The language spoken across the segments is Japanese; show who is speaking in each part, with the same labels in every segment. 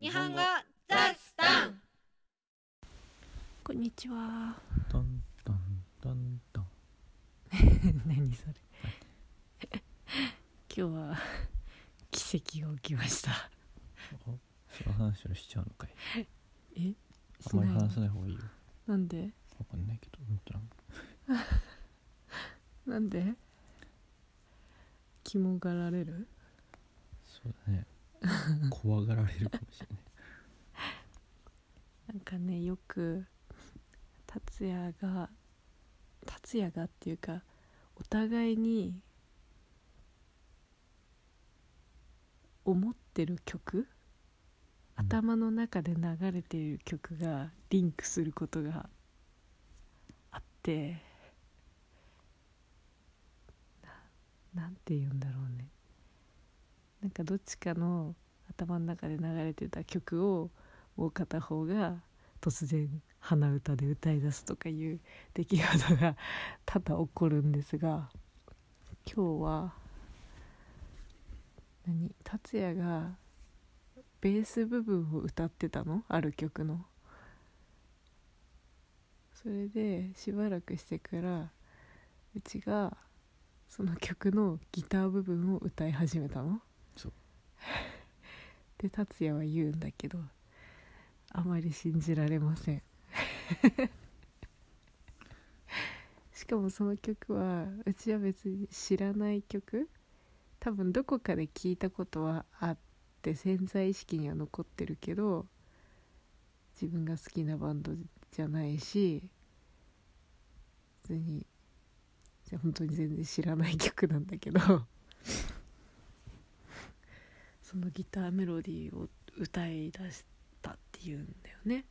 Speaker 1: 日本語ザスタン
Speaker 2: こんにちは。
Speaker 3: トントントントン
Speaker 2: 何 それ。今日は 奇跡が起きました。
Speaker 3: おその話をしちゃうのかい
Speaker 2: え？
Speaker 3: あまり話
Speaker 2: し
Speaker 3: さ
Speaker 2: ない
Speaker 3: ない方がいいよ
Speaker 2: のなんで？
Speaker 3: わかんないけどうんとな
Speaker 2: なんで？ 肝がられる？
Speaker 3: そうだ ね怖がられるかもしれない
Speaker 2: なんかねよく達也が達也がっていうかお互いに思ってる曲、頭の中で流れている曲がリンクすることがあってななんて言うんだろうねなんかどっちかの頭の中で流れてた曲をもう片方が突然鼻歌で歌い出すとかいう出来事が多々起こるんですが今日は何達也がベース部分を歌ってたのある曲の。それでしばらくしてからうちがその曲のギター部分を歌い始めたの。
Speaker 3: そう
Speaker 2: で達也は言うんだけどあまり信じられません しかもその曲はうちは別に知らない曲多分どこかで聞いたことはあって潜在意識には残ってるけど自分が好きなバンドじゃないし別に本当に全然知らない曲なんだけど そのギターメロディーを歌い出したっていうんだよね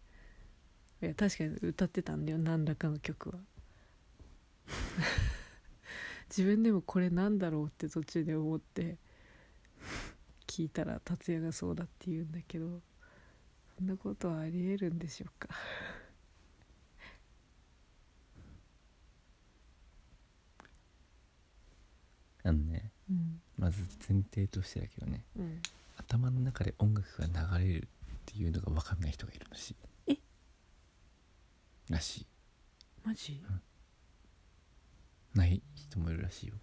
Speaker 2: いや確かに歌ってたんだよ何らかの曲は 自分でもこれなんだろうって途中で思って聞いたら達也がそうだって言うんだけどそんなことはありえるんでしょうか
Speaker 3: あのね
Speaker 2: うん
Speaker 3: まず前提としてだけどね
Speaker 2: うん
Speaker 3: 頭の中で音楽が流れるっていうのがわかんない人がいるらしい
Speaker 2: え
Speaker 3: らしい
Speaker 2: マジ
Speaker 3: ない人もいるらしいよ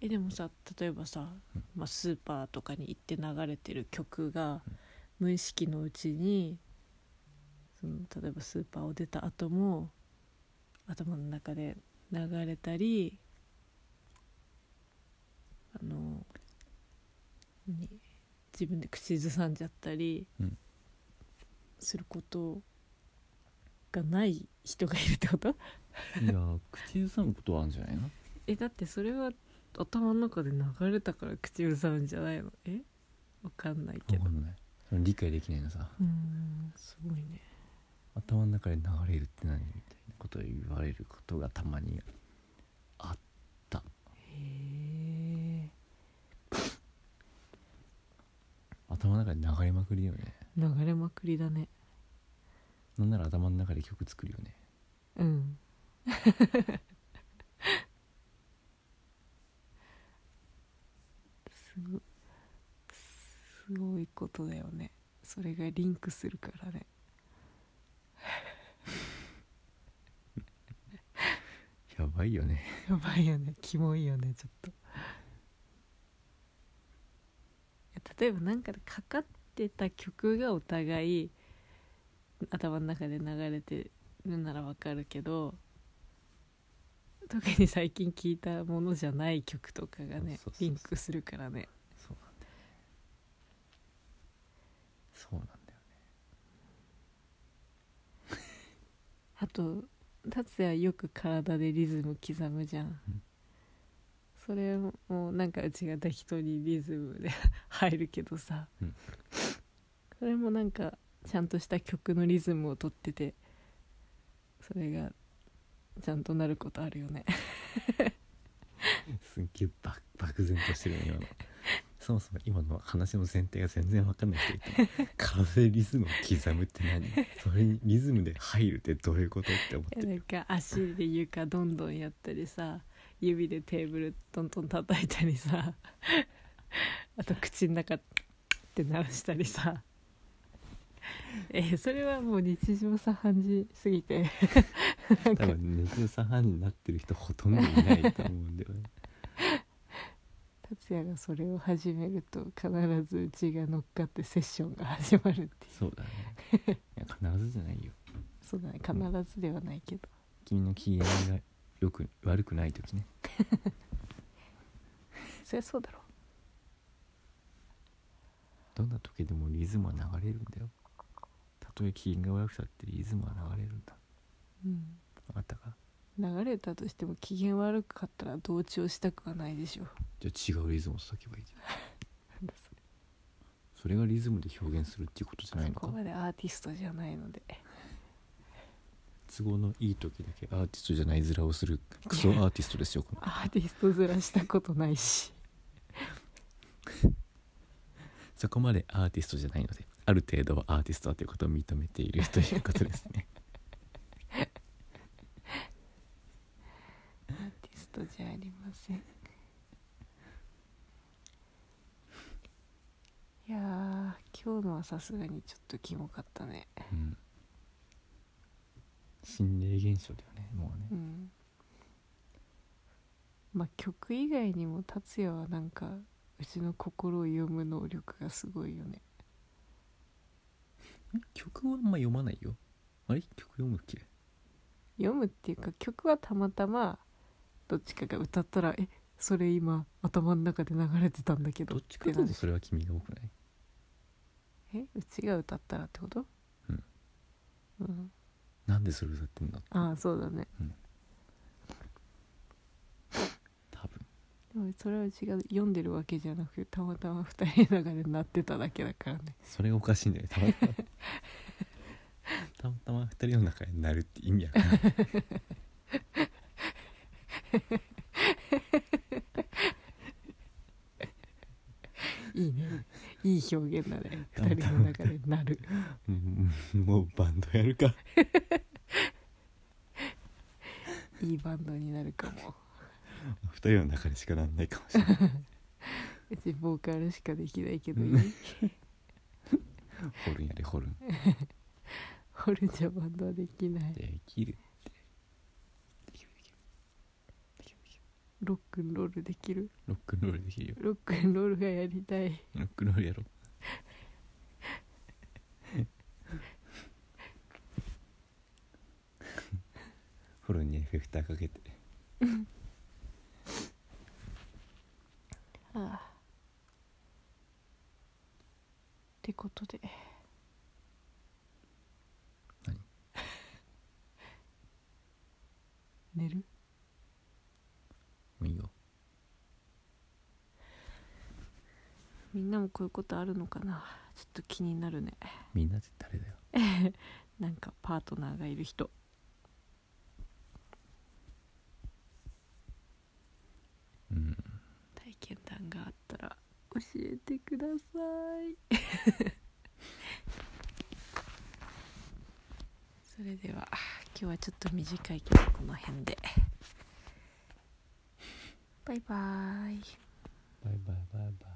Speaker 2: えでもさ例えばさ、
Speaker 3: うん
Speaker 2: まあ、スーパーとかに行って流れてる曲が
Speaker 3: うん
Speaker 2: 無意識のうちにその例えばスーパーを出た後も頭の中で流れたりあの何自分で口ずさんじゃったり
Speaker 3: うん
Speaker 2: することがない人がいるってこと
Speaker 3: いやー口ずさむことはあるんじゃないの
Speaker 2: えだってそれは頭の中で流れたから口を塞うんじゃないのえわかんないけ
Speaker 3: わ
Speaker 2: ど
Speaker 3: かんないその理解できないのさ
Speaker 2: うーんすごいね
Speaker 3: 頭の中で流れるって何みたいなことを言われることがたまにあった
Speaker 2: へえ
Speaker 3: 頭の中で流れまくるよね
Speaker 2: 流れまくりだね
Speaker 3: なんなら頭の中で曲作るよね
Speaker 2: うん すごすごいことだよねそれがリンクするからね
Speaker 3: やばいよね
Speaker 2: やばいよねキモいよねちょっといや例えばなんかでかかってた曲がお互い頭の中で流れてるならわかるけど特に最近聴いたものじゃない曲とかがね
Speaker 3: そうそうそうそう
Speaker 2: リンクするからね
Speaker 3: そうなんだよねそうなんだよ
Speaker 2: あと達也よく体でリズム刻むじゃん、
Speaker 3: うん
Speaker 2: それもなんかうちが適当にリズムで入るけどさ、
Speaker 3: うん
Speaker 2: それもなんかちゃんとした曲のリズムをとっててそれがちゃんとなることあるよね
Speaker 3: すっげえば漠然としてるね今のそもそも今の話の前提が全然わかんない人いた体でリズムを刻むって何それにリズムで入るってどういうことって思っ
Speaker 2: いや
Speaker 3: て
Speaker 2: なんか足で床どんどんやったりさ指でテーブルどんどん叩いた りさあと口の中って鳴らしたりさえーそれはもう日常茶飯事すぎてなん
Speaker 3: 多
Speaker 2: か
Speaker 3: 分熱茶飯になってる人ほとんどいないと思うんだよね
Speaker 2: 達也がそれを始めると必ずうちが乗っかってセッションが始まるっていう
Speaker 3: そうだねいや必ずじゃないよ
Speaker 2: そうだね必ずではないけど、
Speaker 3: 君の機嫌がよく悪くない時ね
Speaker 2: そりゃそうだろ
Speaker 3: どんな時でもリズムは流れるんだよたとえ機嫌が悪くたってリズムは流れるんだ
Speaker 2: う、
Speaker 3: 分かったか
Speaker 2: うん、流れたとしても機嫌悪かったら同調したくはないでしょ
Speaker 3: じゃあ違うリズムを叩けばいいじゃん
Speaker 2: なんだそれ
Speaker 3: それがリズムで表現するっていうことじゃない
Speaker 2: そ
Speaker 3: のか
Speaker 2: こまでアーティストじゃないので
Speaker 3: 都合のいい時だけアーティストじゃない面をす るクソアーティストですよこの
Speaker 2: アーティストずらしたことないし
Speaker 3: そこまでアーティストじゃないのである程度はアーティストだということを認めているということですね
Speaker 2: アーティストじゃありませんいやー今日のはさすがにちょっとキモかったね
Speaker 3: うん心霊現象だよねもうね
Speaker 2: うんまあ曲以外にも達也はなんかうちの心を読む能力がすごいよね
Speaker 3: 曲はあんま読まないよあれ曲読むっけ
Speaker 2: 読むっていうか曲はたまたまどっちかが歌ったら「えそれ今頭の中で流れてたんだけど」
Speaker 3: どっ
Speaker 2: っ
Speaker 3: ちか
Speaker 2: て
Speaker 3: と
Speaker 2: な
Speaker 3: いう
Speaker 2: る
Speaker 3: とそれは君が多くない
Speaker 2: えうちが歌ったらってこと
Speaker 3: うん、
Speaker 2: うん、
Speaker 3: なんでそれ歌ってんだ
Speaker 2: ああそうだね
Speaker 3: 多分
Speaker 2: でもそれはうちが読んでるわけじゃなくてたまたま二人の中でなってただけだからね
Speaker 3: それがおかしいんだよたまたまたまたま二人の中になるって意味やからない
Speaker 2: いいねいい表現だね
Speaker 3: たま
Speaker 2: 二
Speaker 3: たま
Speaker 2: 人の中でなる
Speaker 3: うんもうバンドやるか
Speaker 2: いいバンドになるかも
Speaker 3: 二人の中でしかなんないかもしれないう
Speaker 2: ちボーカルしかできないけどいい
Speaker 3: うんホルンやれホルン
Speaker 2: ホルンじゃバンドはできない
Speaker 3: できるってできるできるできるできる
Speaker 2: ロックンロールできる
Speaker 3: ロックンロールできるよ
Speaker 2: ロックンロールがやりたい
Speaker 3: ロックンロールやろホルンにエフェクターかけて
Speaker 2: ああってことで
Speaker 3: 何
Speaker 2: 寝る
Speaker 3: もういいよ
Speaker 2: みんなもこういうことあるのかなちょっと気になるね
Speaker 3: みんなって誰だよ
Speaker 2: なんかパートナーがいる人
Speaker 3: うん
Speaker 2: 体験談があったら教えてください それでは今日はちょっと短いけどこの辺でバイバーイ
Speaker 3: バイバイバイバイ